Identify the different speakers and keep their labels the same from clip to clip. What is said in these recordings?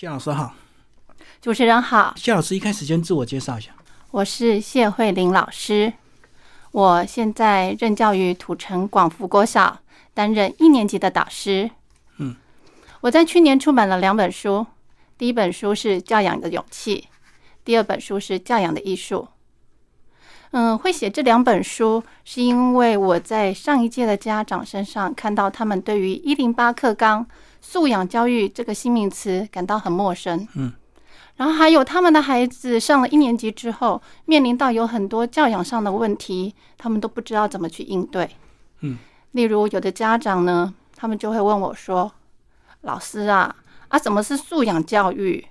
Speaker 1: 谢老师好，
Speaker 2: 主持人好，
Speaker 1: 谢老师一开始先自我介绍一下。
Speaker 2: 我是谢慧玲老师，我现在任教于土城广福国小，担任一年级的导师。
Speaker 1: 嗯，
Speaker 2: 我在去年出版了两本书，第一本书是《教养的勇气》，第二本书是《教养的艺术》。嗯，会写这两本书是因为我在上一届的家长身上看到他们对于“一零八课纲”素养教育这个新名词感到很陌生。
Speaker 1: 嗯，
Speaker 2: 然后还有他们的孩子上了一年级之后，面临到有很多教养上的问题，他们都不知道怎么去应对。
Speaker 1: 嗯，
Speaker 2: 例如有的家长呢，他们就会问我说：“老师啊，啊，什么是素养教育？”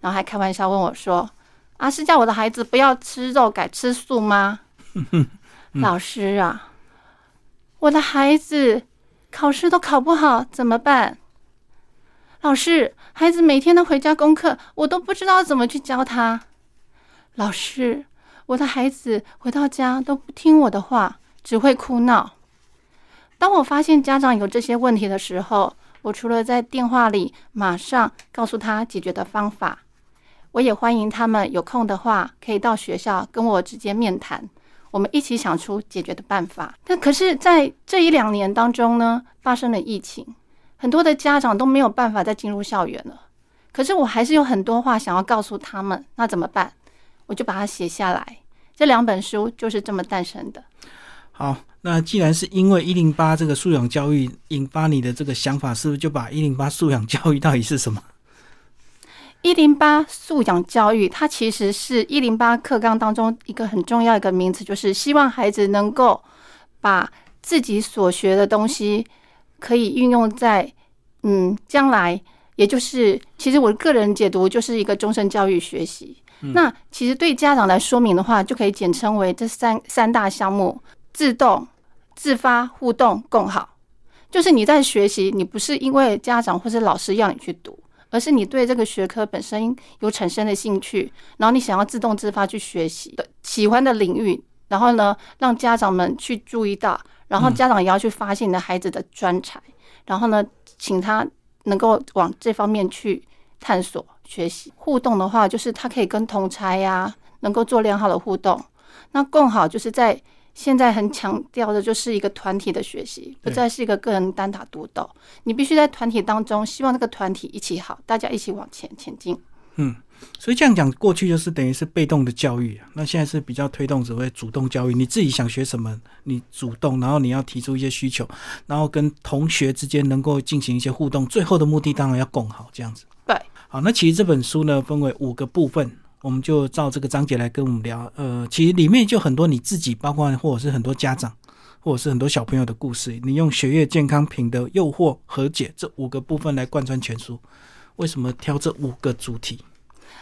Speaker 2: 然后还开玩笑问我说：“啊，是叫我的孩子不要吃肉，改吃素吗？老师啊，我的孩子考试都考不好，怎么办？老师，孩子每天都回家功课，我都不知道怎么去教他。老师，我的孩子回到家都不听我的话，只会哭闹。当我发现家长有这些问题的时候，我除了在电话里马上告诉他解决的方法，我也欢迎他们有空的话，可以到学校跟我直接面谈，我们一起想出解决的办法。但可是，在这一两年当中呢，发生了疫情，很多的家长都没有办法再进入校园了。可是我还是有很多话想要告诉他们，那怎么办？我就把它写下来，这两本书就是这么诞生的。
Speaker 1: 好，那既然是因为一零八这个素养教育引发你的这个想法，是不是就把一零八素养教育到底是什么？
Speaker 2: 一零八素养教育，它其实是一零八课纲当中一个很重要一个名词，就是希望孩子能够把自己所学的东西可以运用在嗯将来，也就是其实我个人解读就是一个终身教育学习。那其实对家长来说明的话，就可以简称为这三三大项目：自动、自发、互动、共好。就是你在学习，你不是因为家长或是老师要你去读，而是你对这个学科本身有产生的兴趣，然后你想要自动自发去学习的喜欢的领域，然后呢，让家长们去注意到，然后家长也要去发现你的孩子的专才，然后呢，请他能够往这方面去探索学习。互动的话，就是他可以跟同差呀、能够做良好的互动。那更好就是在现在很强调的就是一个团体的学习，不
Speaker 1: 对
Speaker 2: 再是一个个人单打独斗。你必须在团体当中，希望这个团体一起好，大家一起往前前进。
Speaker 1: 所以这样讲，过去就是等于是被动的教育、啊，那现在是比较推动所谓主动教育。你自己想学什么，你主动，然后你要提出一些需求，然后跟同学之间能够进行一些互动，最后的目的当然要共好这样子。
Speaker 2: 对，
Speaker 1: 好，那其实这本书呢分为五个部分，我们就照这个章节来跟我们聊。呃，其实里面就很多你自己，包括或者是很多家长。或者是很多小朋友的故事，你用学业健康品的诱惑和解这五个部分来贯穿全书。为什么挑这五个主题？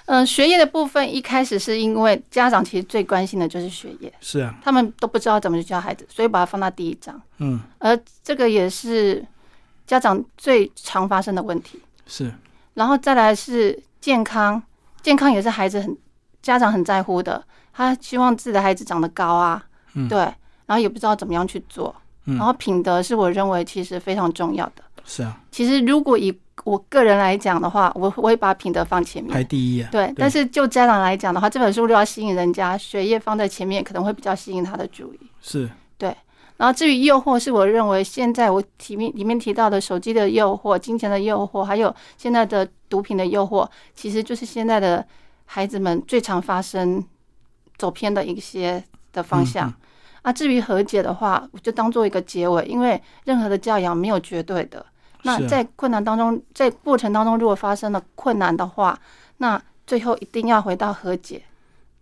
Speaker 2: 嗯、学业的部分一开始是因为家长其实最关心的就是学业，
Speaker 1: 是啊，
Speaker 2: 他们都不知道怎么去教孩子，所以把它放到第一章。
Speaker 1: 嗯，
Speaker 2: 而这个也是家长最常发生的问题。
Speaker 1: 是，
Speaker 2: 然后再来是健康，健康也是孩子很家长很在乎的，他希望自己的孩子长得高啊，
Speaker 1: 嗯
Speaker 2: 对，然后也不知道怎么样去做。
Speaker 1: 嗯
Speaker 2: 然后品德是我认为其实非常重要的。
Speaker 1: 是啊，
Speaker 2: 其实如果以我个人来讲的话，我我会把品德放前面。
Speaker 1: 排第一啊。
Speaker 2: 对，但是就家长来讲的话，这本书如果要吸引人家，学业放在前面可能会比较吸引他的注意。
Speaker 1: 是，
Speaker 2: 然后至于诱惑，是我认为现在我提面里面提到的手机的诱惑、金钱的诱惑，还有现在的毒品的诱惑，其实就是现在的孩子们最常发生走偏的一些的方向。
Speaker 1: 嗯
Speaker 2: 啊，至于和解的话，我就当做一个结尾，因为任何的教养没有绝对的。那
Speaker 1: 是啊
Speaker 2: 在困难当中，在过程当中，如果发生了困难的话，那最后一定要回到和解。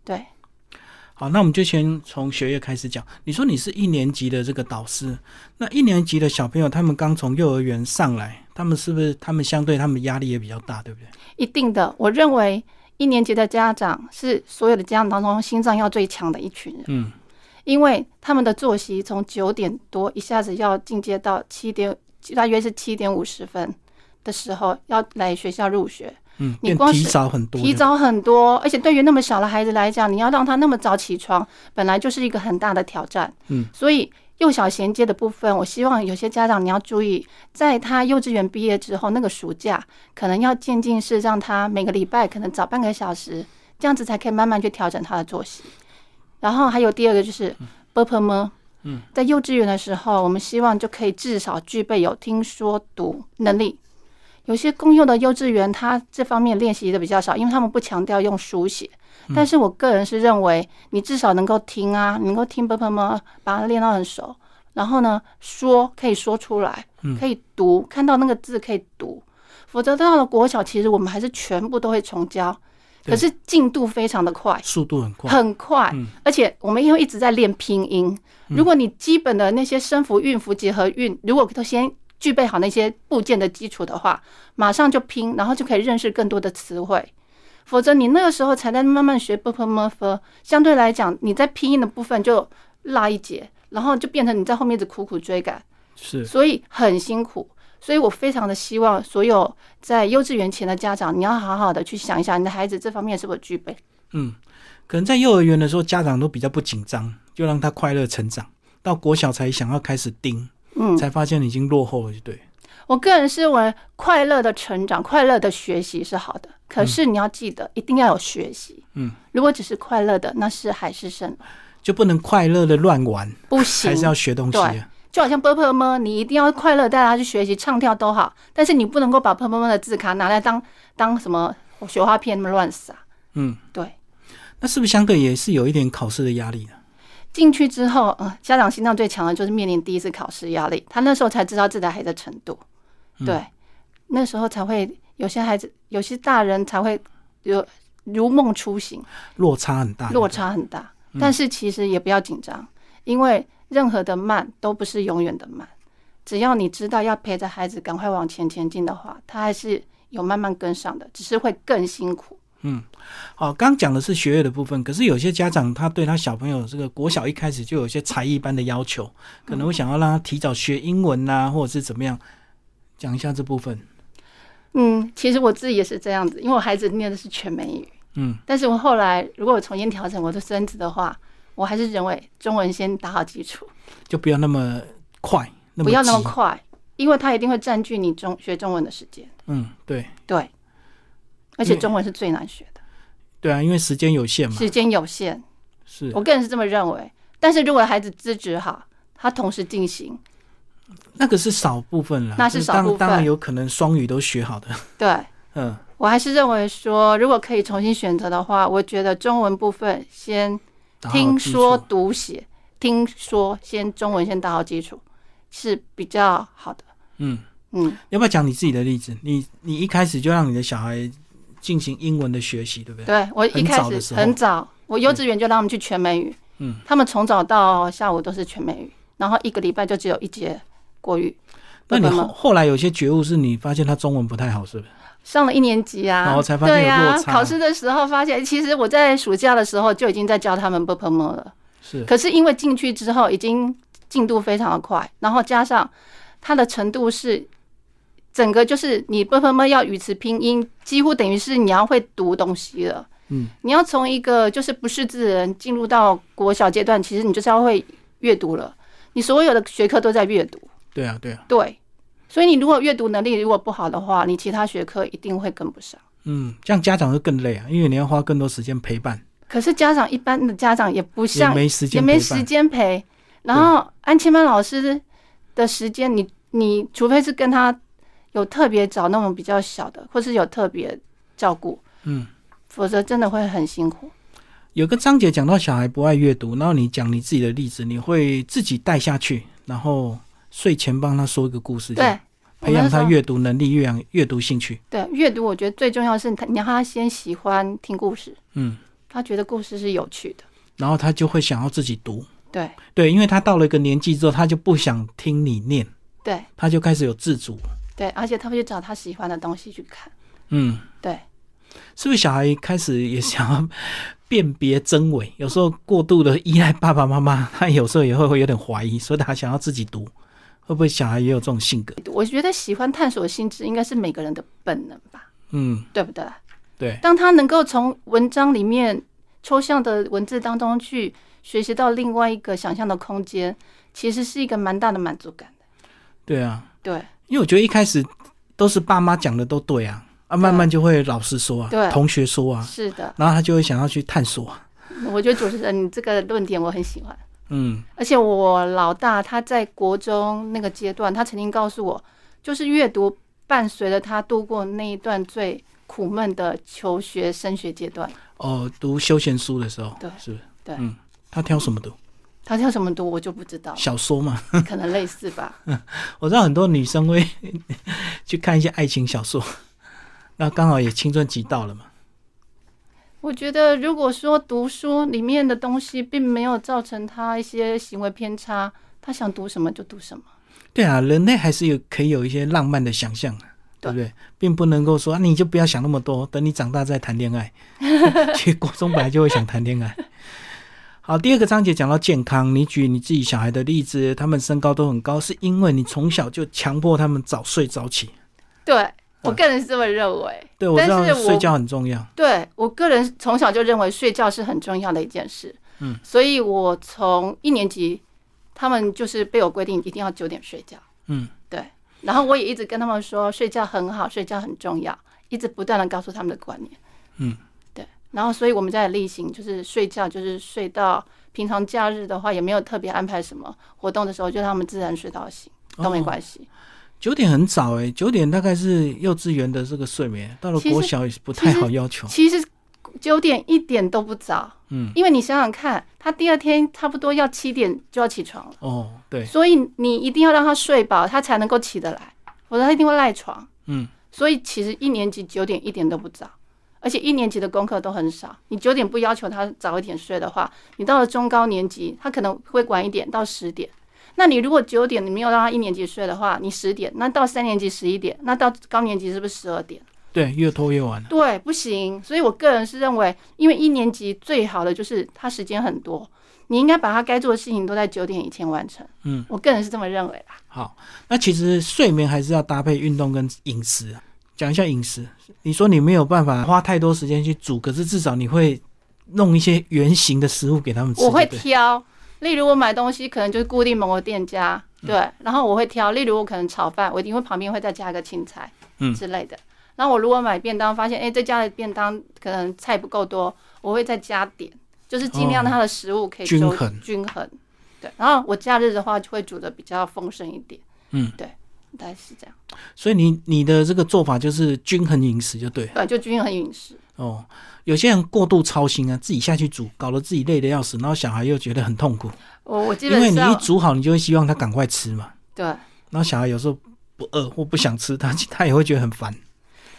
Speaker 2: 对，
Speaker 1: 好，那我们就先从学业开始讲。你说你是一年级的这个导师，那一年级的小朋友他们刚从幼儿园上来，他们是不是他们相对他们压力也比较大，对不对？
Speaker 2: 一定的，我认为一年级的家长是所有的家长当中心脏要最强的一群人，
Speaker 1: 嗯，
Speaker 2: 因为他们的作息从九点多一下子要进阶到七点，大约是七点五十分的时候要来学校入学，
Speaker 1: 嗯，
Speaker 2: 你
Speaker 1: 变
Speaker 2: 光
Speaker 1: 提
Speaker 2: 是
Speaker 1: 早很多，
Speaker 2: 提早很多，而且对于那么小的孩子来讲，你要让他那么早起床，本来就是一个很大的挑战。
Speaker 1: 嗯，
Speaker 2: 所以幼小衔接的部分，我希望有些家长你要注意，在他幼稚园毕业之后那个暑假，可能要渐进式让他每个礼拜可能早半个小时，这样子才可以慢慢去调整他的作息。然后还有第二个就是 b p m，嗯，在幼稚园的时候，我们希望就可以至少具备有听说读能力。有些公幼的幼稚园，它这方面练习的比较少，因为他们不强调用书写。但是我个人是认为，你至少能够听啊，你能够听 b p m，把它练到很熟。然后呢，说可以说出来，可以读，看到那个字可以读。否则到了国小，其实我们还是全部都会重教，可
Speaker 1: 对
Speaker 2: 是进度非常的快。
Speaker 1: 速度很快，
Speaker 2: 很快，而且我们因为一直在练拼音，如果你基本的那些声符、韵符、结合韵，如果都先具备好那些部件的基础的话，马上就拼，然后就可以认识更多的词汇。否则你那个时候才在慢慢学 b p m f，相对来讲，你在拼音的部分就落一截，然后就变成你在后面一直苦苦追赶。
Speaker 1: 是
Speaker 2: 所以很辛苦。所以我非常的希望所有在幼稚园前的家长，你要好好的去想一想，你的孩子这方面是否具备。
Speaker 1: 嗯，可能在幼儿园的时候，家长都比较不紧张，就让他快乐成长。到国小才想要开始盯，
Speaker 2: 嗯，
Speaker 1: 才发现已经落后了，就对。
Speaker 2: 我个人是认为快乐的成长、快乐的学习是好的，可是你要记得一定要有学习。
Speaker 1: 嗯，
Speaker 2: 如果只是快乐的，那是海市蜃楼，
Speaker 1: 就不能快乐的乱玩，
Speaker 2: 不
Speaker 1: 还
Speaker 2: 行
Speaker 1: 是。要学东西
Speaker 2: 对
Speaker 1: 啊。
Speaker 2: 就好像 p u r p l e 么，你一定要快乐带他去学习唱跳都好，但是你不能够把 p u r p l e 么的字卡拿来当当什么雪花片那么乱撒。
Speaker 1: 嗯，
Speaker 2: 对，
Speaker 1: 那是不是相对也是有一点考试的压力呢？
Speaker 2: 进去之后，嗯、家长心脏最强的就是面临第一次考试压力，他那时候才知道自己的孩子的程度，对，那时候才会有些孩子，有些大人才会有如梦初醒，
Speaker 1: 落差很大。
Speaker 2: 落差很大。但是其实也不要紧张，因为任何的慢都不是永远的慢，只要你知道要陪着孩子赶快往前前进的话，他还是有慢慢跟上的，只是会更辛苦。
Speaker 1: 好，刚讲的是学业的部分，可是有些家长他对他小朋友这个国小一开始就有一些才艺班的要求，可能会想要让他提早学英文呐、或者是怎么样。讲一下这部分。
Speaker 2: 嗯，其实我自己也是这样子，因为我孩子念的是全美语。
Speaker 1: 嗯，
Speaker 2: 但是我后来如果我重新调整我的孙子的话，我还是认为中文先打好基础，
Speaker 1: 就不要那么快，那么
Speaker 2: 不要那么
Speaker 1: 急。
Speaker 2: 快，因为它一定会占据你中学中文的时间。
Speaker 1: 嗯，对
Speaker 2: 对，而且
Speaker 1: 因为
Speaker 2: 中文是最难学的，
Speaker 1: 对啊，因为时间有限嘛。
Speaker 2: 时间有限，
Speaker 1: 是
Speaker 2: 我个人是这么认为。但是如果孩子资质好，他同时进行，
Speaker 1: 那个是少部分了，
Speaker 2: 那是
Speaker 1: 就是
Speaker 2: 少
Speaker 1: 当
Speaker 2: 部分
Speaker 1: 当然有可能双语都学好的，
Speaker 2: 对
Speaker 1: 嗯，
Speaker 2: 我还是认为说，如果可以重新选择的话，我觉得中文部分先
Speaker 1: 打好
Speaker 2: 听
Speaker 1: 基础
Speaker 2: 说读写，听说先中文先打好基础是比较好的。
Speaker 1: 嗯，
Speaker 2: 嗯。
Speaker 1: 要不要讲你自己的例子？你你一开始就让你的小孩进行英文的学习，对不对？
Speaker 2: 对我一
Speaker 1: 很
Speaker 2: 开
Speaker 1: 早的时
Speaker 2: 始
Speaker 1: 候
Speaker 2: 很早，我幼稚园就让他们去全美语，
Speaker 1: 嗯，
Speaker 2: 他们从早到下午都是全美语，然后一个礼拜就只有一节国语。
Speaker 1: 那你
Speaker 2: 不可
Speaker 1: 后
Speaker 2: 能
Speaker 1: 后来有些觉悟是你发现他中文不太好，是不是？
Speaker 2: 上了一年级啊，
Speaker 1: 然后才发现
Speaker 2: 对
Speaker 1: 有
Speaker 2: 啊
Speaker 1: 落，差
Speaker 2: 考试的时候发现，其实我在暑假的时候就已经在教他们 b p m 了，
Speaker 1: 是，
Speaker 2: 可是因为进去之后已经进度非常的快，然后加上它的程度是。整个就是你 b p m 要语词拼音，几乎等于是你要会读东西了。
Speaker 1: 嗯，
Speaker 2: 你要从一个就是不识字的人进入到国小阶段，其实你就是要会阅读了。你所有的学科都在阅读，
Speaker 1: 对啊，对啊，
Speaker 2: 对。所以你如果阅读能力如果不好的话，你其他学科一定会跟不上。
Speaker 1: 嗯，这样家长会更累啊，因为你要花更多时间陪伴，
Speaker 2: 可是家长一般的家长也不
Speaker 1: 也
Speaker 2: 像，
Speaker 1: 没时
Speaker 2: 也
Speaker 1: 间
Speaker 2: 没
Speaker 1: 陪
Speaker 2: 时
Speaker 1: 伴。
Speaker 2: 间陪。然后安亲班老师的时间，你你除非是跟他有特别找那种比较小的，或是有特别照顾，
Speaker 1: 嗯，
Speaker 2: 否则真的会很辛苦。
Speaker 1: 有个章节讲到小孩不爱阅读，然后你讲你自己的例子，你会自己带下去，然后睡前帮他说一个故事，这样
Speaker 2: 对，
Speaker 1: 培养
Speaker 2: 我那时
Speaker 1: 他
Speaker 2: 候
Speaker 1: 阅读能力，阅养阅读兴趣。
Speaker 2: 对，阅读我觉得最重要的是他，你让他先喜欢听故事，
Speaker 1: 嗯，
Speaker 2: 他觉得故事是有趣的。
Speaker 1: 然后他就会想要自己读。
Speaker 2: 对
Speaker 1: 对，因为他到了一个年纪之后，他就不想听你念，
Speaker 2: 对
Speaker 1: 他就开始有自主。
Speaker 2: 对，而且他会去找他喜欢的东西去看。
Speaker 1: 嗯，
Speaker 2: 对，
Speaker 1: 是不是小孩开始也想要辨别真伪？有时候过度的依赖爸爸妈妈，他有时候也会会有点怀疑，所以他想要自己读。会不会小孩也有这种性格？
Speaker 2: 我觉得喜欢探索心智应该是每个人的本能吧，
Speaker 1: 嗯，
Speaker 2: 对不对？
Speaker 1: 对，
Speaker 2: 当他能够从文章里面抽象的文字当中去学习到另外一个想象的空间，其实是一个蛮大的满足感的。
Speaker 1: 对啊，
Speaker 2: 对
Speaker 1: 因为我觉得一开始都是爸妈讲的都对啊，啊，慢慢就会老师说啊，
Speaker 2: 对
Speaker 1: 同学说啊，
Speaker 2: 是的，
Speaker 1: 然后他就会想要去探索啊。
Speaker 2: 我觉得主持人你这个论点我很喜欢。
Speaker 1: 嗯，
Speaker 2: 而且我老大他在国中那个阶段，他曾经告诉我，就是阅读伴随着他度过那一段最苦闷的求学升学阶段。
Speaker 1: 哦，读休闲书的时候，
Speaker 2: 对
Speaker 1: 是不是？
Speaker 2: 对
Speaker 1: 嗯，他挑什么读？，
Speaker 2: 他叫什么读我就不知道
Speaker 1: 小说嘛。
Speaker 2: 可能类似吧。
Speaker 1: 我知道很多女生会 去看一些爱情小说，那刚好也青春期到了嘛。
Speaker 2: 我觉得如果说读书里面的东西并没有造成他一些行为偏差，他想读什么就读什么。
Speaker 1: 对啊，人类还是有可以有一些浪漫的想象啊，对
Speaker 2: 对
Speaker 1: 不对？并不能够说、啊、你就不要想那么多，等你长大再谈恋爱。 其实国中本来就会想谈恋爱。好，第二个章节讲到健康，你举你自己小孩的例子，他们身高都很高，是因为你从小就强迫他们早睡早起。
Speaker 2: 对我个人是这么认为。
Speaker 1: 对，我
Speaker 2: 但
Speaker 1: 知道
Speaker 2: 是我
Speaker 1: 睡觉很重要。
Speaker 2: 对我个人从小就认为睡觉是很重要的一件事，
Speaker 1: 嗯，
Speaker 2: 所以我从一年级，他们就是被我规定一定要九点睡觉，
Speaker 1: 嗯，
Speaker 2: 对，然后我也一直跟他们说睡觉很好，睡觉很重要，一直不断的告诉他们的观念，
Speaker 1: 嗯，
Speaker 2: 对，然后所以我们家也例行就是睡觉，就是睡到平常假日的话也没有特别安排什么活动的时候，就让他们自然睡到醒都没
Speaker 1: 系。
Speaker 2: 关系。
Speaker 1: 九点很早诶、九点大概是幼稚园的这个睡眠，到了
Speaker 2: 其实
Speaker 1: 国小也是不太
Speaker 2: 其实
Speaker 1: 好要求。
Speaker 2: 其实九点一点都不早，
Speaker 1: 嗯，
Speaker 2: 因为你想想看，他第二天差不多要七点就要起床了，
Speaker 1: 哦，对，
Speaker 2: 所以你一定要让他睡饱，他才能够起得来，否则他一定会赖床。
Speaker 1: 嗯，
Speaker 2: 所以其实一年级九点一点都不早，而且一年级的功课都很少。你九点不要求他早一点睡的话，你到了中高年级，他可能会晚一点到十点。那你如果九点你没有让他一年级睡的话，你十点，那到三年级十一点，那到高年级是不是十二点？
Speaker 1: 对，越拖越晚了。
Speaker 2: 对，不行。所以我个人是认为，因为一年级最好的就是他时间很多，你应该把他该做的事情都在九点以前完成。
Speaker 1: 嗯，
Speaker 2: 我个人是这么认为啦。
Speaker 1: 好，那其实睡眠还是要搭配运动跟饮食啊。讲一下饮食，你说你没有办法花太多时间去煮，可是至少你会弄一些圆形的食物给他们吃。
Speaker 2: 我会
Speaker 1: 对不对
Speaker 2: 挑，例如我买东西可能就是固定某个店家，
Speaker 1: 嗯
Speaker 2: 对，然后我会挑，例如我可能炒饭，我一定会旁边会再加个青菜，
Speaker 1: 嗯
Speaker 2: 之类的。然后我如果买便当，发现哎这家的便当可能菜不够多，我会再加点，就是尽量
Speaker 1: 哦
Speaker 2: 让它的食物可以
Speaker 1: 均
Speaker 2: 周
Speaker 1: 衡
Speaker 2: 均衡。对，然后我假日的话就会煮的比较丰盛一点。
Speaker 1: 嗯，
Speaker 2: 对，大概是这样。
Speaker 1: 所以你你的这个做法就是均衡饮食就对了
Speaker 2: 对，就均衡饮食。
Speaker 1: 哦。有些人过度操心啊，自己下去煮，搞得自己累得要死，然后小孩又觉得很痛苦，
Speaker 2: 我我基
Speaker 1: 因为
Speaker 2: 本
Speaker 1: 你一
Speaker 2: 上
Speaker 1: 煮好，你就会希望他赶快吃嘛。
Speaker 2: 对，
Speaker 1: 然后小孩有时候不饿或不想吃，他 他也会觉得很烦。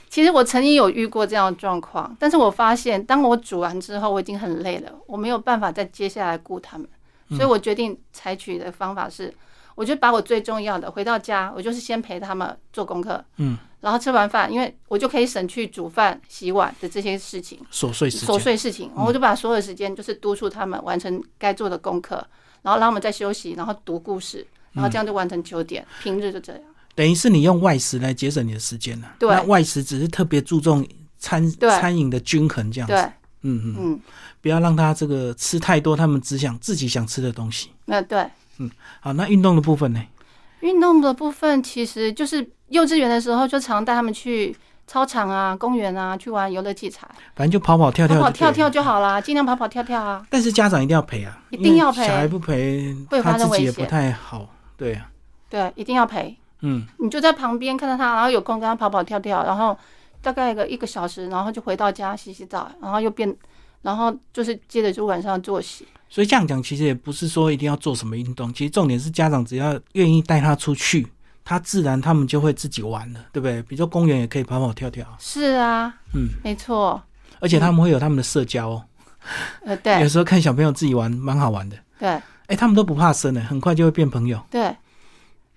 Speaker 2: 其实我曾经有遇过这样的状况，但是我发现，当我煮完之后，我已经很累了，我没有办法再接下来顾他们，
Speaker 1: 嗯
Speaker 2: 所以我决定采取的方法是，我就把我最重要的回到家，我就是先陪他们做功课，
Speaker 1: 嗯，
Speaker 2: 然后吃完饭，因为我就可以省去煮饭、洗碗的这些事情。
Speaker 1: 琐碎时
Speaker 2: 琐
Speaker 1: 间，嗯
Speaker 2: 碎事情，然后我就把所有的时间就是督促他们完成该做的功课，然后让他们再休息，然后读故事，
Speaker 1: 嗯
Speaker 2: 然后这样就完成九点，平日就这样。
Speaker 1: 等于是你用外食来节省你的时间了、啊
Speaker 2: 对
Speaker 1: 那外食只是特别注重餐
Speaker 2: 对
Speaker 1: 餐饮的均衡这样子。
Speaker 2: 对，
Speaker 1: 嗯嗯，
Speaker 2: 嗯，
Speaker 1: 不要让他这个吃太多，他们只想自己想吃的东西。
Speaker 2: 那对
Speaker 1: 好，那运动的部分呢？
Speaker 2: 运动的部分，其实就是幼稚园的时候就常带他们去操场啊、公园啊去玩游乐器材，
Speaker 1: 反正就跑跑跳
Speaker 2: 跑
Speaker 1: 跳，
Speaker 2: 跑跳。跳就好啦，尽量跑跑跳跳啊。
Speaker 1: 但是家长一定要陪啊，
Speaker 2: 一定
Speaker 1: 因
Speaker 2: 要
Speaker 1: 为
Speaker 2: 陪
Speaker 1: 小孩不陪，
Speaker 2: 会有
Speaker 1: 他
Speaker 2: 发生
Speaker 1: 自己也
Speaker 2: 危险
Speaker 1: 不太好。对啊，
Speaker 2: 对，一定要陪，
Speaker 1: 嗯，
Speaker 2: 你就在旁边看着他，然后有空跟他跑跑跳跳，然后大概个一个小时，然后就回到家洗洗澡，然后又变，然后就是接着就晚上作息。
Speaker 1: 所以这样讲其实也不是说一定要做什么运动，其实重点是家长只要愿意带他出去，他自然他们就会自己玩了，对不对？比如说公园也可以跑跑跳跳，
Speaker 2: 是啊，
Speaker 1: 嗯，
Speaker 2: 没错，
Speaker 1: 而且他们会有他们的社交哦。
Speaker 2: 呃，
Speaker 1: 有
Speaker 2: 对
Speaker 1: 时候看小朋友自己玩，蛮好玩的。
Speaker 2: 对
Speaker 1: 哎、他们都不怕生的，很快就会变朋友。
Speaker 2: 对，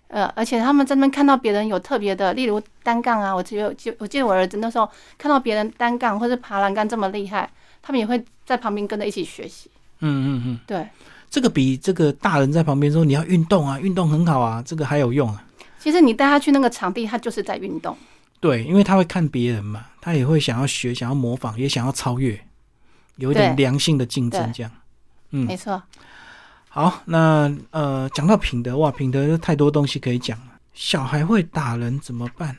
Speaker 2: 呃，而且他们在那边看到别人有特别的，例如单杠啊，我记得记我记得我儿子那时候看到别人单杠或者爬栏杆这么厉害，他们也会在旁边跟着一起学习。
Speaker 1: 嗯嗯嗯，
Speaker 2: 对，
Speaker 1: 这个比这个大人在旁边说你要运动啊，运动很好啊，这个还有用啊。
Speaker 2: 其实你带他去那个场地，他就是在运动。
Speaker 1: 对，因为他会看别人嘛，他也会想要学，想要模仿，也想要超越，有一点
Speaker 2: 对
Speaker 1: 良性的竞争这样。嗯
Speaker 2: 没错，
Speaker 1: 好，那呃，讲到品德哇，品德太多东西可以讲了。小孩会打人怎么办？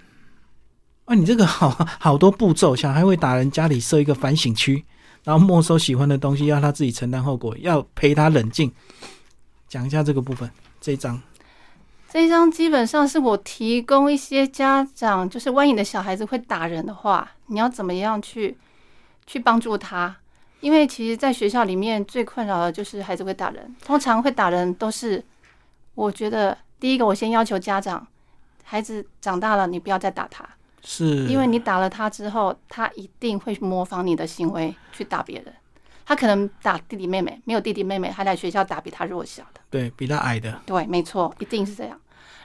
Speaker 1: 啊，你这个好好多步骤，小孩会打人，家里设一个反省区，然后没收喜欢的东西，要他自己承担后果，要陪他冷静。讲一下这个部分，这一章，
Speaker 2: 这一章基本上是我提供一些家长，就是万一你的小孩子会打人的话，你要怎么样去去帮助他？因为其实，在学校里面最困扰的就是孩子会打人，通常会打人都是，我觉得第一个我先要求家长，孩子长大了你不要再打他，
Speaker 1: 是
Speaker 2: 因为你打了他之后，他一定会模仿你的行为去打别人。他可能打弟弟妹妹，没有弟弟妹妹，他来学校打比他弱小的。
Speaker 1: 对比他矮的，
Speaker 2: 对，没错，一定是这样。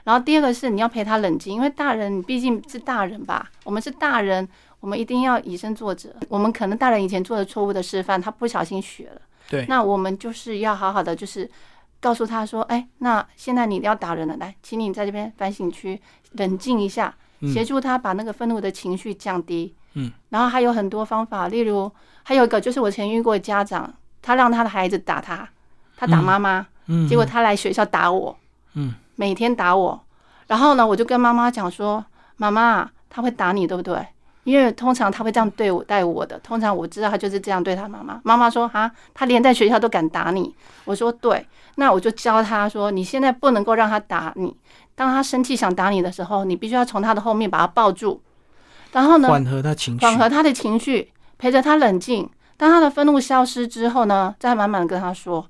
Speaker 2: 然后第二个是你要陪他冷静，因为大人你毕竟是大人吧，我们是大人，我们一定要以身作则。我们可能大人以前做的错误的示范，他不小心学了，
Speaker 1: 对
Speaker 2: 那我们就是要好好的就是告诉他说，哎，那现在你要打人了，来，请你在这边反省区冷静一下，
Speaker 1: 嗯
Speaker 2: 协助他把那个愤怒的情绪降低。
Speaker 1: 嗯，
Speaker 2: 然后还有很多方法，例如还有一个就是我曾遇过的家长，他让他的孩子打他，他打妈妈。
Speaker 1: 嗯，
Speaker 2: 结果他来学校打我，
Speaker 1: 嗯，
Speaker 2: 每天打我。然后呢，我就跟妈妈讲说：“妈妈，他会打你，对不对？因为通常他会这样对我带我的，通常我知道他就是这样对他妈妈。”妈妈说：“啊，他连在学校都敢打你。”我说：“对。”那我就教他说：“你现在不能够让他打你，当他生气想打你的时候，你必须要从他的后面把他抱住，然后呢，
Speaker 1: 缓和他情绪，
Speaker 2: 缓和他的情绪，陪着他冷静。当他的愤怒消失之后呢，再慢慢地跟他说，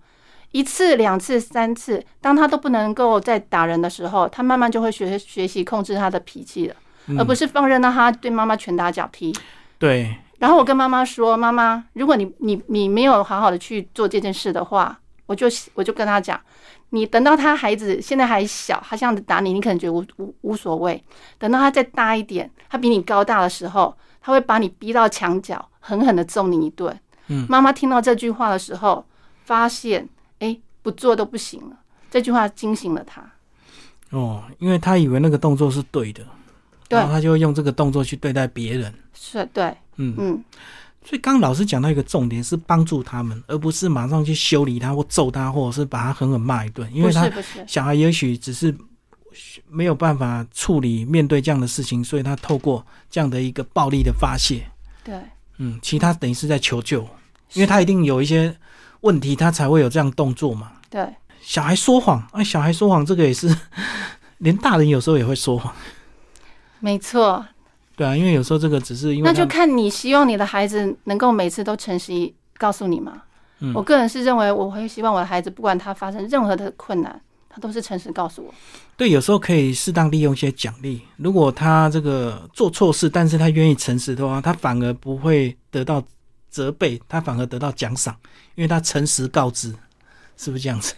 Speaker 2: 一次、两次、三次，当他都不能够再打人的时候，他慢慢就会学学习控制他的脾气了，
Speaker 1: 嗯
Speaker 2: 而不是放任让他对妈妈拳打脚踢。
Speaker 1: 对，
Speaker 2: 然后我跟妈妈说：“妈妈，如果你你你没有好好的去做这件事的话，我就我就跟他讲，你等到他孩子现在还小，他这样子打你，你可能觉得无无无所谓。等到他再大一点，他比你高大的时候，他会把你逼到墙角，狠狠的揍你一顿。”
Speaker 1: 嗯，
Speaker 2: 妈妈听到这句话的时候，发现哎，不做都不行了。这句话惊醒了他。
Speaker 1: 哦，因为他以为那个动作是对的，
Speaker 2: 对
Speaker 1: 然后他就会用这个动作去对待别人，
Speaker 2: 是，对，
Speaker 1: 嗯
Speaker 2: 嗯，
Speaker 1: 所以刚刚老师讲到一个重点是帮助他们，而不是马上去修理他或揍他，或者是把他狠狠骂一顿，因
Speaker 2: 不
Speaker 1: 为
Speaker 2: 是
Speaker 1: 他
Speaker 2: 不是，
Speaker 1: 小孩也许只是没有办法处理面对这样的事情，所以他透过这样的一个暴力的发泄，
Speaker 2: 对，
Speaker 1: 嗯，其他等于是在求救，因为他一定有一些问题，他才会有这样动作嘛。
Speaker 2: 对，
Speaker 1: 小孩说谎，哎，小孩说谎这个也是，连大人有时候也会说谎，
Speaker 2: 没错，
Speaker 1: 对啊，因为有时候这个只是因为
Speaker 2: 那
Speaker 1: 他
Speaker 2: 就看你希望你的孩子能够每次都诚实告诉你嘛。
Speaker 1: 嗯
Speaker 2: 我个人是认为，我会希望我的孩子，不管他发生任何的困难，他都是诚实告诉我。
Speaker 1: 对，有时候可以适当利用一些奖励。如果他这个做错事，但是他愿意诚实的话，他反而不会得到责备，他反而得到奖赏，因为他诚实告知，是不是这样子？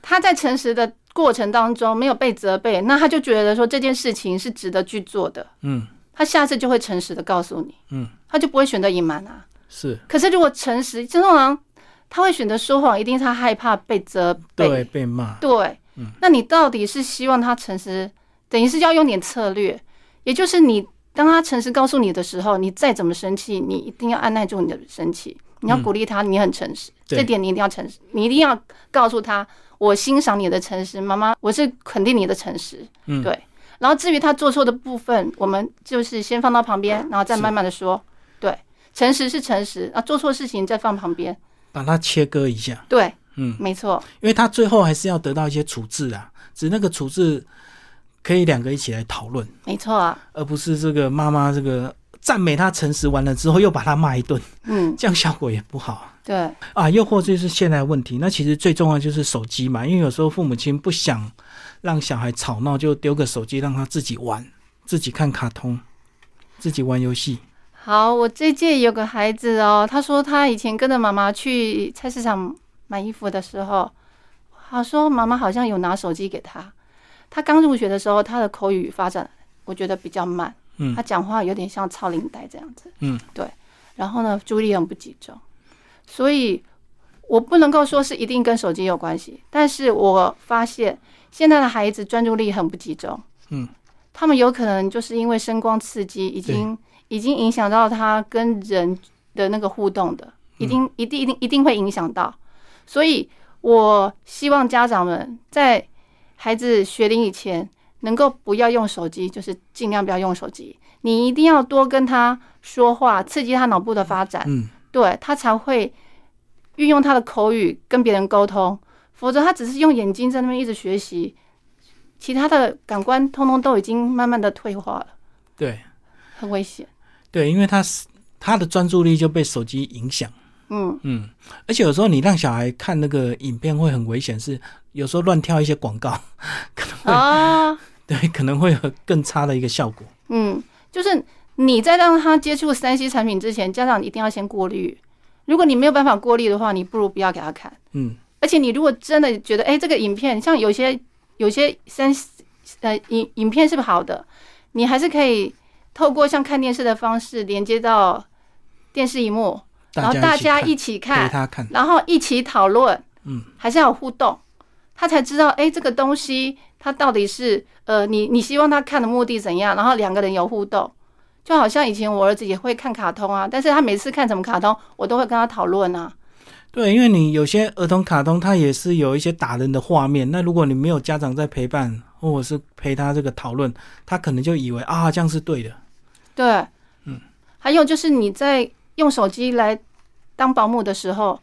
Speaker 2: 他在诚实的过程当中没有被责备，那他就觉得说这件事情是值得去做的，
Speaker 1: 嗯，
Speaker 2: 他下次就会诚实的告诉你，
Speaker 1: 嗯，
Speaker 2: 他就不会选择隐瞒啊。
Speaker 1: 是
Speaker 2: 可是如果诚实，通常他会选择说谎，一定是他害怕被责备，
Speaker 1: 对被骂，
Speaker 2: 对，
Speaker 1: 嗯
Speaker 2: 那你到底是希望他诚实，等于是要用点策略，也就是你当他诚实告诉你的时候，你再怎么生气，你一定要按耐住你的生气，你要鼓励他，你很诚实，
Speaker 1: 嗯对
Speaker 2: 这点你一定要诚实，你一定要告诉他，我欣赏你的诚实，妈妈，我是肯定你的诚实，
Speaker 1: 嗯
Speaker 2: 对。然后至于他做错的部分，我们就是先放到旁边，然后再慢慢的说，对，诚实是诚实，啊，做错事情再放旁边，
Speaker 1: 把它切割一下，
Speaker 2: 对，
Speaker 1: 嗯，
Speaker 2: 没错，
Speaker 1: 因为他最后还是要得到一些处置啊，只是那个处置可以两个一起来讨论，
Speaker 2: 没错啊，
Speaker 1: 而不是这个妈妈这个赞美他诚实完了之后又把他骂一顿，
Speaker 2: 嗯，
Speaker 1: 这样效果也不好啊。
Speaker 2: 对。
Speaker 1: 啊，又或者是现在的问题，那其实最重要就是手机嘛，因为有时候父母亲不想让小孩吵闹，就丢个手机让他自己玩，自己看卡通，自己玩游戏。
Speaker 2: 好，我这届有个孩子哦，他说他以前跟着妈妈去菜市场买衣服的时候，他说妈妈好像有拿手机给他。他刚入学的时候，他的口语发展我觉得比较慢，
Speaker 1: 嗯
Speaker 2: 他讲话有点像超龄带这样子，
Speaker 1: 嗯，
Speaker 2: 对。然后呢，注意力很不集中，所以我不能够说是一定跟手机有关系，但是我发现现在的孩子专注力很不集中，
Speaker 1: 嗯，
Speaker 2: 他们有可能就是因为声光刺激已经已经影响到他跟人的那个互动的，一定、一定一定一定会影响到，所以我希望家长们在孩子学龄以前，能够不要用手机，就是尽量不要用手机。你一定要多跟他说话，刺激他脑部的发展，
Speaker 1: 嗯，
Speaker 2: 对他才会运用他的口语跟别人沟通。否则他只是用眼睛在那边一直学习，其他的感官通通都已经慢慢的退化了，
Speaker 1: 对
Speaker 2: 很危险。
Speaker 1: 对，因为他是他的专注力就被手机影响，
Speaker 2: 嗯，
Speaker 1: 嗯，而且有时候你让小孩看那个影片会很危险，是有时候乱跳一些广告，
Speaker 2: 啊。
Speaker 1: 对，可能会有更差的一个效果。
Speaker 2: 嗯，就是你在让他接触三 C 产品之前，家长一定要先过滤。如果你没有办法过滤的话，你不如不要给他看。
Speaker 1: 嗯，
Speaker 2: 而且你如果真的觉得，哎、这个影片像有些有些三呃影影片是不好的，你还是可以透过像看电视的方式连接到电视荧幕，然后大家
Speaker 1: 一
Speaker 2: 一
Speaker 1: 起
Speaker 2: 起
Speaker 1: 看
Speaker 2: 看
Speaker 1: 陪，他看，
Speaker 2: 然后一起讨论，
Speaker 1: 嗯，
Speaker 2: 还是要有互动，他才知道，哎，这个东西它到底是呃，你你希望他看的目的怎样，然后两个人有互动，就好像以前我儿子也会看卡通啊，但是他每次看什么卡通，我都会跟他讨论啊，
Speaker 1: 对，因为你有些儿童卡通，它也是有一些打人的画面。那如果你没有家长在陪伴，或者是陪他这个讨论，他可能就以为啊这样是对的。
Speaker 2: 对，嗯，还有就是你在用手机来当保姆的时候，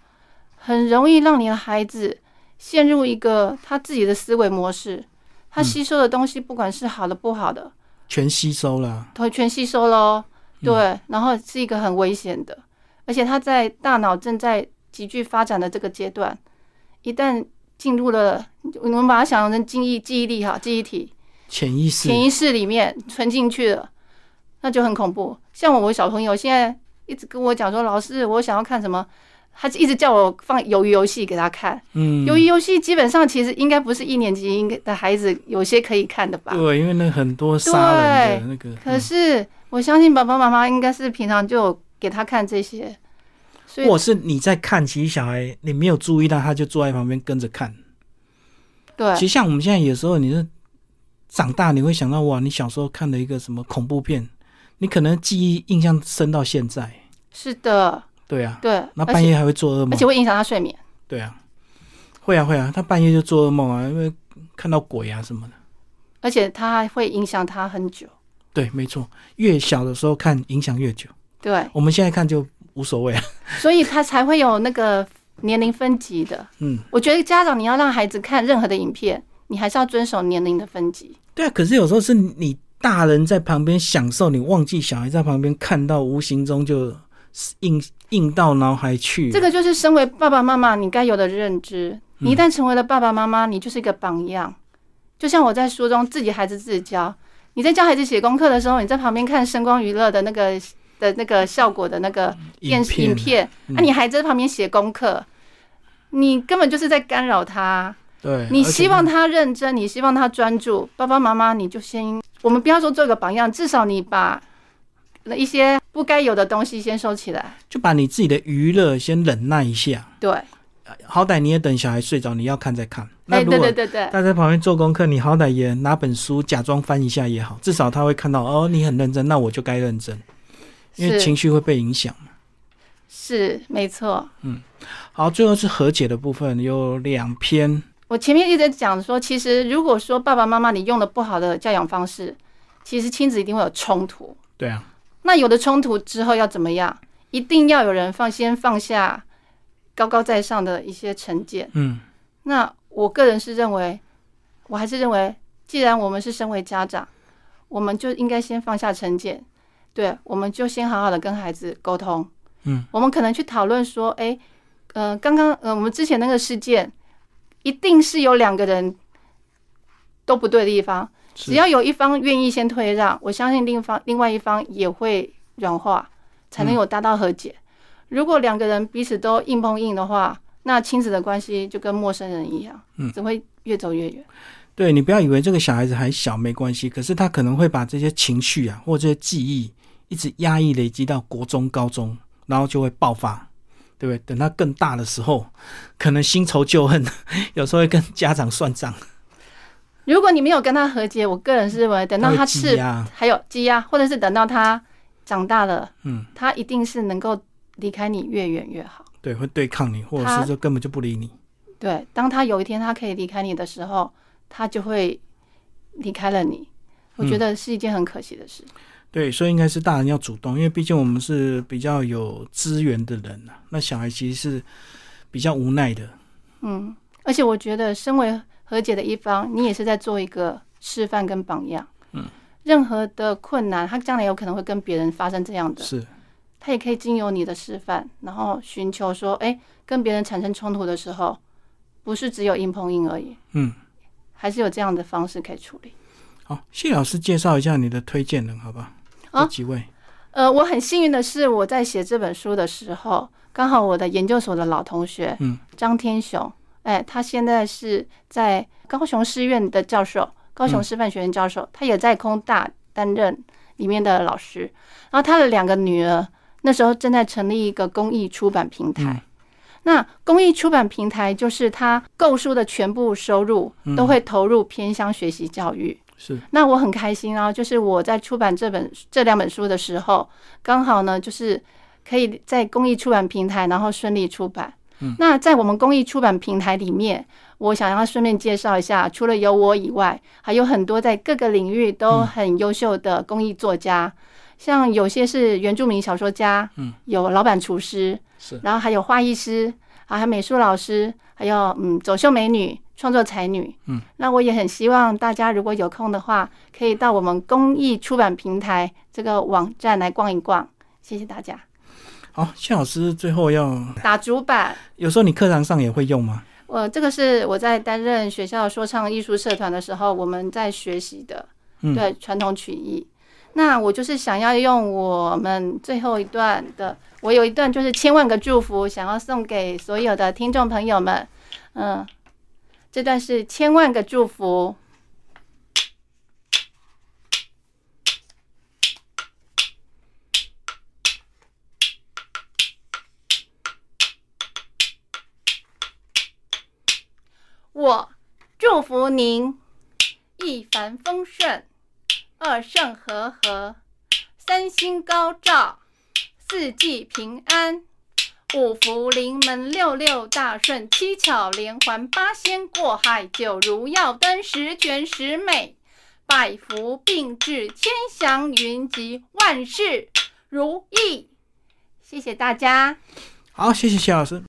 Speaker 2: 很容易让你的孩子陷入一个他自己的思维模式，他吸收的东西不管是好的不好的。
Speaker 1: 全吸收了，
Speaker 2: 头全吸收喽，对，然后是一个很危险的，而且他在大脑正在急剧发展的这个阶段，一旦进入了，我们把它想成记忆记忆力哈，记忆体
Speaker 1: 潜意识
Speaker 2: 潜意识里面存进去了，那就很恐怖。像我我小朋友现在一直跟我讲说，老师，我想要看什么，他一直叫我放鱿鱼游戏给他看。
Speaker 1: 嗯，
Speaker 2: 鱿鱼游戏基本上其实应该不是一年级应该的孩子有些可以看的吧？
Speaker 1: 对，因为那很多杀人的那个，嗯
Speaker 2: 可是我相信爸爸妈妈应该是平常就有给他看这些，所以
Speaker 1: 或者是你在看，其实小孩你没有注意到，他就坐在旁边跟着看。
Speaker 2: 对
Speaker 1: 其实像我们现在有时候，你是长大，你会想到哇，你小时候看的一个什么恐怖片，你可能记忆印象深到现在。
Speaker 2: 是的，
Speaker 1: 对啊，
Speaker 2: 对，
Speaker 1: 那
Speaker 2: 而
Speaker 1: 半
Speaker 2: 且
Speaker 1: 夜还会做噩梦
Speaker 2: 而且。会影响他睡眠。
Speaker 1: 对啊，会啊会啊，他半夜就做噩梦啊，因为看到鬼啊什么的。
Speaker 2: 而且他还会影响他很久，
Speaker 1: 对，没错，越小的时候看影响越久。
Speaker 2: 对，
Speaker 1: 我们现在看就无所谓啊。
Speaker 2: 所以他才会有那个年龄分级的。
Speaker 1: 嗯，
Speaker 2: 我觉得家长你要让孩子看任何的影片，你还是要遵守年龄的分级。
Speaker 1: 对啊，可是有时候是你大人在旁边享受，你忘记小孩在旁边看到，无形中就印印到脑海去。
Speaker 2: 这个就是身为爸爸妈妈你该有的认知。
Speaker 1: 嗯
Speaker 2: 你一旦成为了爸爸妈妈，你就是一个榜样。就像我在书中自己孩子自己教，你在教孩子写功课的时候，你在旁边看声光娱乐的那个的那个效果的那个电
Speaker 1: 影
Speaker 2: 视影
Speaker 1: 片，啊嗯
Speaker 2: 片，那、你还在旁边写功课，你根本就是在干扰他。
Speaker 1: 对，
Speaker 2: 你
Speaker 1: 而且
Speaker 2: 希望他认真，你希望他专注，爸爸妈妈你就先，我们不要说做个榜样，至少你把那一些不该有的东西先收起来。
Speaker 1: 就把你自己的娱乐先忍耐一下，
Speaker 2: 对，
Speaker 1: 好歹你也等小孩睡着，你要看再看。那
Speaker 2: 哎，
Speaker 1: 如
Speaker 2: 对
Speaker 1: 果
Speaker 2: 对对对。
Speaker 1: 他在旁边做功课，你好歹也拿本书假装翻一下也好，至少他会看到哦，你很认真，那我就该认真，因为
Speaker 2: 是
Speaker 1: 情绪会被影响。
Speaker 2: 是没错，
Speaker 1: 好，最后是和解的部分，有两篇，
Speaker 2: 我前面一直在讲说，其实如果说爸爸妈妈你用了不好的教养方式，其实亲子一定会有冲突。
Speaker 1: 对啊，
Speaker 2: 那有的冲突之后要怎么样？一定要有人放先放下高高在上的一些成见。
Speaker 1: 嗯，
Speaker 2: 那我个人是认为，我还是认为，既然我们是身为家长，我们就应该先放下成见，对，我们就先好好的跟孩子沟通。
Speaker 1: 嗯，
Speaker 2: 我们可能去讨论说，诶，呃，刚刚呃，我们之前那个事件，一定是有两个人都不对的地方，只
Speaker 1: 是
Speaker 2: 要有一方愿意先退让，我相信另一方另外一方也会软化，才能有达到和
Speaker 1: 嗯
Speaker 2: 解。如果两个人彼此都硬碰硬的话，那亲子的关系就跟陌生人一样，
Speaker 1: 嗯
Speaker 2: 只会越走越远。
Speaker 1: 对你不要以为这个小孩子还小没关系，可是他可能会把这些情绪啊或者这些记忆一直压抑累积到国中、高中，然后就会爆发，对不对？等他更大的时候，可能新仇旧恨， 有时候会跟家长算账，
Speaker 2: 如果你没有跟他和解，我个人是认为，等到他
Speaker 1: 会啊积
Speaker 2: 赤
Speaker 1: 压，
Speaker 2: 还有积压，或者是等到他长大了，
Speaker 1: 嗯，
Speaker 2: 他一定是能够离开你越远越好。
Speaker 1: 对，会对抗你，或者
Speaker 2: 他
Speaker 1: 是就根本就不理你。
Speaker 2: 对，当他有一天他可以离开你的时候，他就会离开了你。我
Speaker 1: 嗯
Speaker 2: 觉得是一件很可惜的事。
Speaker 1: 对，所以应该是大人要主动，因为毕竟我们是比较有资源的人啊。那小孩其实是比较无奈的，
Speaker 2: 嗯，而且我觉得，身为和解的一方，你也是在做一个示范跟榜样。
Speaker 1: 嗯，
Speaker 2: 任何的困难，他将来有可能会跟别人发生这样的，
Speaker 1: 是
Speaker 2: 他也可以经由你的示范，然后寻求说，哎、跟别人产生冲突的时候，不是只有硬碰硬而已。
Speaker 1: 嗯，
Speaker 2: 还是有这样的方式可以处理。
Speaker 1: 好。谢老师介绍一下你的推荐人，好吧？
Speaker 2: 啊
Speaker 1: 这几位
Speaker 2: 呃，我很幸运的是，我在写这本书的时候，刚好我的研究所的老同学，
Speaker 1: 嗯，
Speaker 2: 张天雄，哎，他现在是在高雄师院的教授，高雄
Speaker 1: 嗯
Speaker 2: 师范学院教授，他也在空大担任里面的老师。然后他的两个女儿那时候正在成立一个公益出版平台。
Speaker 1: 嗯
Speaker 2: 那公益出版平台就是他购书的全部收入
Speaker 1: 嗯
Speaker 2: 都会投入偏乡学习教育。
Speaker 1: 是
Speaker 2: 那我很开心啊，就是我在出版这本这两本书的时候，刚好呢，就是可以在公益出版平台，然后顺利出版。
Speaker 1: 嗯
Speaker 2: 那在我们公益出版平台里面，我想要顺便介绍一下，除了有我以外，还有很多在各个领域
Speaker 1: 嗯
Speaker 2: 都很优秀的公益作家，像有些是原住民小说家，
Speaker 1: 嗯，
Speaker 2: 有老板厨师，
Speaker 1: 是，
Speaker 2: 然后还有画艺师，啊，还有美术老师，还有嗯，走秀美女、创作才女。
Speaker 1: 嗯，
Speaker 2: 那我也很希望大家如果有空的话，可以到我们公益出版平台这个网站来逛一逛。谢谢大家。
Speaker 1: 好。谢老师最后要，
Speaker 2: 打主板，
Speaker 1: 有时候你课堂上也会用吗？
Speaker 2: 我呃这个是我在担任学校说唱艺术社团的时候，我们在学习的，
Speaker 1: 嗯
Speaker 2: 对传统曲艺。那我就是想要用我们最后一段的，我有一段就是千万个祝福，想要送给所有的听众朋友们。嗯，这段是千万个祝福。我祝福您一帆风顺，二圣和合，三星高照，四季平安，五福临门，六六大顺，七巧连环，八仙过海，九如耀灯，十全十美，百福并至，千祥云集，万事如意。谢谢大家。
Speaker 1: 好，谢谢谢老师。